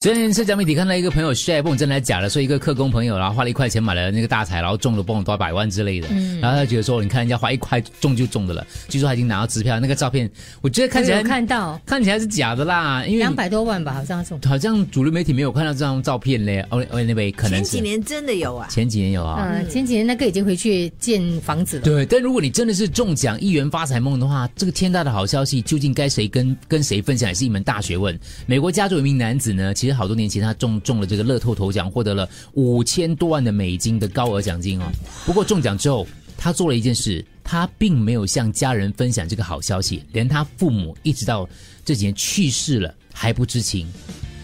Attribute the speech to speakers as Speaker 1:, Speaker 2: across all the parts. Speaker 1: 昨天社交媒体看到一个朋友 share，不懂真的还是假的，说一个客工朋友，然后花了一块钱买了那个大彩，然后中了不懂多少百万之类的，
Speaker 2: 嗯
Speaker 1: 然后他觉得说，你看人家花一块中就中的了，据说他已经拿到支票，那个照片，我觉得看起
Speaker 2: 我
Speaker 1: 来
Speaker 2: 哎有看到
Speaker 1: 看起来是假的啦，因为
Speaker 2: 两百多万吧，好像中。
Speaker 1: 好像主流媒体没有看到这张照片嘞，哦哦那位可能
Speaker 3: 前
Speaker 1: 是
Speaker 3: 几年真的有啊，
Speaker 1: 前几年有啊。
Speaker 2: 嗯，前几年那个已经回去建房子了。
Speaker 1: 对，但如果你真的是中奖一元发财梦的话，这个天大的好消息究竟该谁跟跟谁分享，也是一门大学问。美国加州有一名男子呢，其实好多年前他中中了这个乐透头奖，获得了五千多万的美金的高额奖金哦。不过中奖之后，他做了一件事，他并没有向家人分享这个好消息，连他父母一直到这几年去世了还不知情。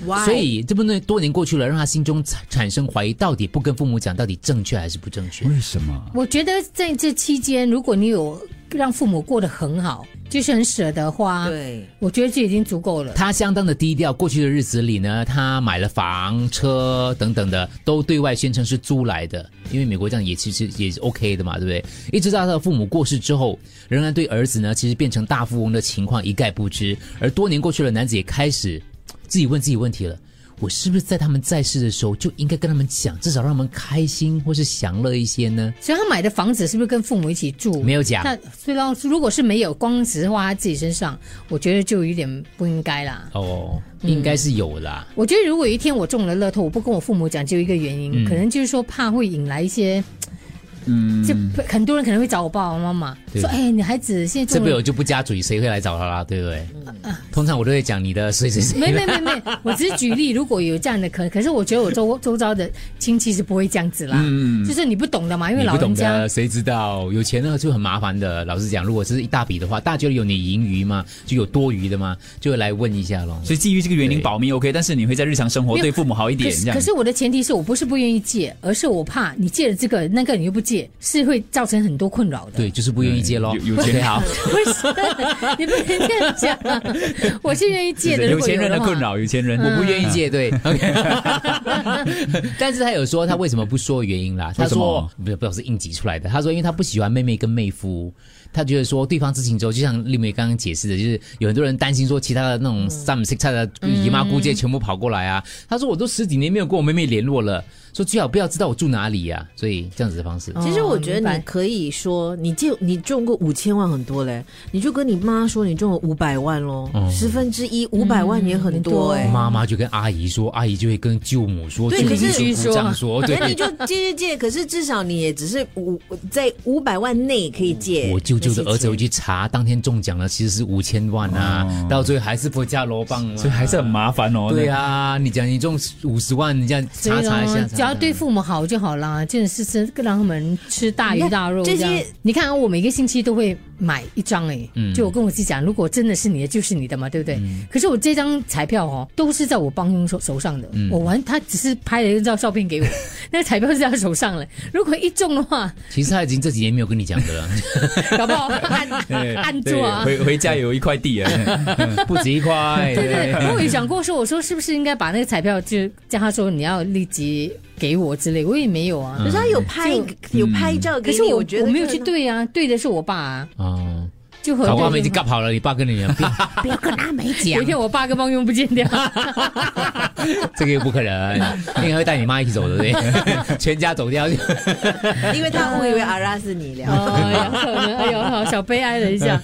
Speaker 3: 哇，
Speaker 1: 所以这不呢，多年过去了，让他心中产产生怀疑，到底不跟父母讲，到底正确还是不正确？
Speaker 4: 为什么？
Speaker 2: 我觉得在这期间，如果你有让父母过得很好，就是很舍得花，
Speaker 3: 对，
Speaker 2: 我觉得这已经足够了。
Speaker 1: 他相当的低调，过去的日子里呢，他买了房、车等等的，都对外宣称是租来的，因为美国这样也其实也是 OK 的嘛，对不对？一直到他的父母过世之后，仍然对儿子呢，其实变成大富翁的情况一概不知。而多年过去了，男子也开始自己问自己问题了。我是不是在他们在世的时候就应该跟他们讲，至少让他们开心或是享乐一些呢？
Speaker 2: 所以他买的房子是不是跟父母一起住？
Speaker 1: 没有讲
Speaker 2: 那虽然如果是没有，光只是花在自己身上，我觉得就有点不应该啦。
Speaker 1: 哦，应该是有啦。
Speaker 2: 我觉得如果有一天我中了乐透，我不跟我父母讲，只有一个原因，可能就是说怕会引来一些，嗯，就很多人可能会找我爸爸妈妈
Speaker 1: 对
Speaker 2: 说，哎，你孩子现在
Speaker 1: 这
Speaker 2: 中
Speaker 1: 边
Speaker 2: 了
Speaker 1: 我。就不加嘴，谁会来找他啦？对不对？通常我都会讲你的谁谁谁。
Speaker 2: 没没没没，我只是举例，如果有这样的可，可是我觉得我周周遭的亲戚是不会这样子啦，就是你不懂的嘛，因为
Speaker 1: 你
Speaker 2: 老
Speaker 1: 不懂
Speaker 2: 人家
Speaker 1: 的，谁知道？有钱呢就很麻烦的。老实讲，如果是一大笔的话，大家觉得有你盈余吗？就有多余的吗？就会来问一下咯。
Speaker 4: 所以基于这个原因
Speaker 1: 对
Speaker 4: 保密 OK，但是你会在日常生活
Speaker 2: 没有
Speaker 4: 对父母好一
Speaker 2: 可
Speaker 4: 点，这
Speaker 2: 是
Speaker 4: 样
Speaker 2: 可。是我的前提是我不是不愿意借，而是我怕你借了这个那个你又不借，是会造成很多困扰的。
Speaker 1: 对，就是不愿意借咯。
Speaker 4: 嗯有有钱
Speaker 1: OK，好，
Speaker 2: 不是， 你不能这样讲， 我是愿意借的。
Speaker 4: 有
Speaker 2: 如果
Speaker 4: 钱人的
Speaker 2: 话
Speaker 4: 困，扰，有钱人我
Speaker 1: 不愿意借，对。OK，但是他有说他为什么不说原因啦？他
Speaker 4: 为什
Speaker 1: 说
Speaker 4: 么
Speaker 1: 不是不是应急出来的。他说因为他不喜欢妹妹跟妹夫，他觉得说对方知情之后，就像丽梅刚刚解释的，就是有很多人担心说其他的那种三五七菜的姨妈姑姐全部跑过来啊。他说我都十几年没有跟我妹妹联络了，说最好不要知道我住哪里呀、所以这样子的方式。
Speaker 2: 哦
Speaker 3: 其实我觉
Speaker 2: 明
Speaker 3: 得
Speaker 2: 白
Speaker 3: 你可以说，你借你中过五千万很多嘞，你就跟你妈说你中了五百万咯，十分之一五百万也很多哎、
Speaker 2: 哦嗯很多
Speaker 1: 妈妈就跟阿姨说，阿姨就会跟舅母说，
Speaker 3: 对
Speaker 1: 舅
Speaker 3: 可是
Speaker 1: 母就姑丈说，对
Speaker 3: 那你就借借借，可是至少你也只是五在五百万内可以借。
Speaker 2: 嗯
Speaker 1: 我舅舅的儿子
Speaker 3: 那
Speaker 1: 会
Speaker 3: 些钱
Speaker 1: 去查，当天中奖了其实是五千万啊，到最后还是不加罗棒啊，
Speaker 4: 哦所以还是很麻烦
Speaker 2: 嗯
Speaker 4: 哦。
Speaker 1: 对啊，你讲你中五十万，你这样
Speaker 2: 所
Speaker 1: 查
Speaker 2: 以
Speaker 1: 查一下
Speaker 2: 啊呢，，只要对父母好就好啦，真的是真让他们吃大鱼大肉
Speaker 3: 你看这
Speaker 2: 样
Speaker 3: 些
Speaker 2: 你看啊，我每个星期都会买一张哎、
Speaker 1: 嗯
Speaker 2: 就我跟我自己讲，如果真的是你的，就是你的嘛，对不对？可是我这张彩票哦，都是在我帮佣手手上的，
Speaker 1: 嗯
Speaker 2: 我玩他只是拍了一张照 片给我，那个彩票是在他手上了。如果一中的话，
Speaker 1: 其实他已经这几年没有跟你讲 的了，
Speaker 2: 搞不好按
Speaker 4: 对，
Speaker 2: 按
Speaker 4: 对
Speaker 2: 住啊。
Speaker 4: 回 回家有一块地啊，
Speaker 1: 不止一块。
Speaker 2: 对对，对我有想过说，我说是不是应该把那个彩票就叫他说你要立即给我之类，我也没有啊。
Speaker 3: 可是他有拍有拍照给
Speaker 2: 可
Speaker 3: 你，
Speaker 2: 是我
Speaker 3: 觉得
Speaker 2: 我没有
Speaker 3: 就
Speaker 2: 去
Speaker 3: 很
Speaker 2: 对啊，对的是我爸啊，
Speaker 1: 哦，
Speaker 2: 就和
Speaker 1: 搞不好他们已经尬好了，你爸跟你讲，
Speaker 2: 不要跟他没讲。有一天我爸跟汪庸不见掉，
Speaker 1: 这个又不可能， 应该会带你妈一起走的，对不对，全家走掉。
Speaker 3: 因为他误以为阿拉是你聊。
Speaker 2: 哎哦，有可能，哎呦，好小悲哀了一下。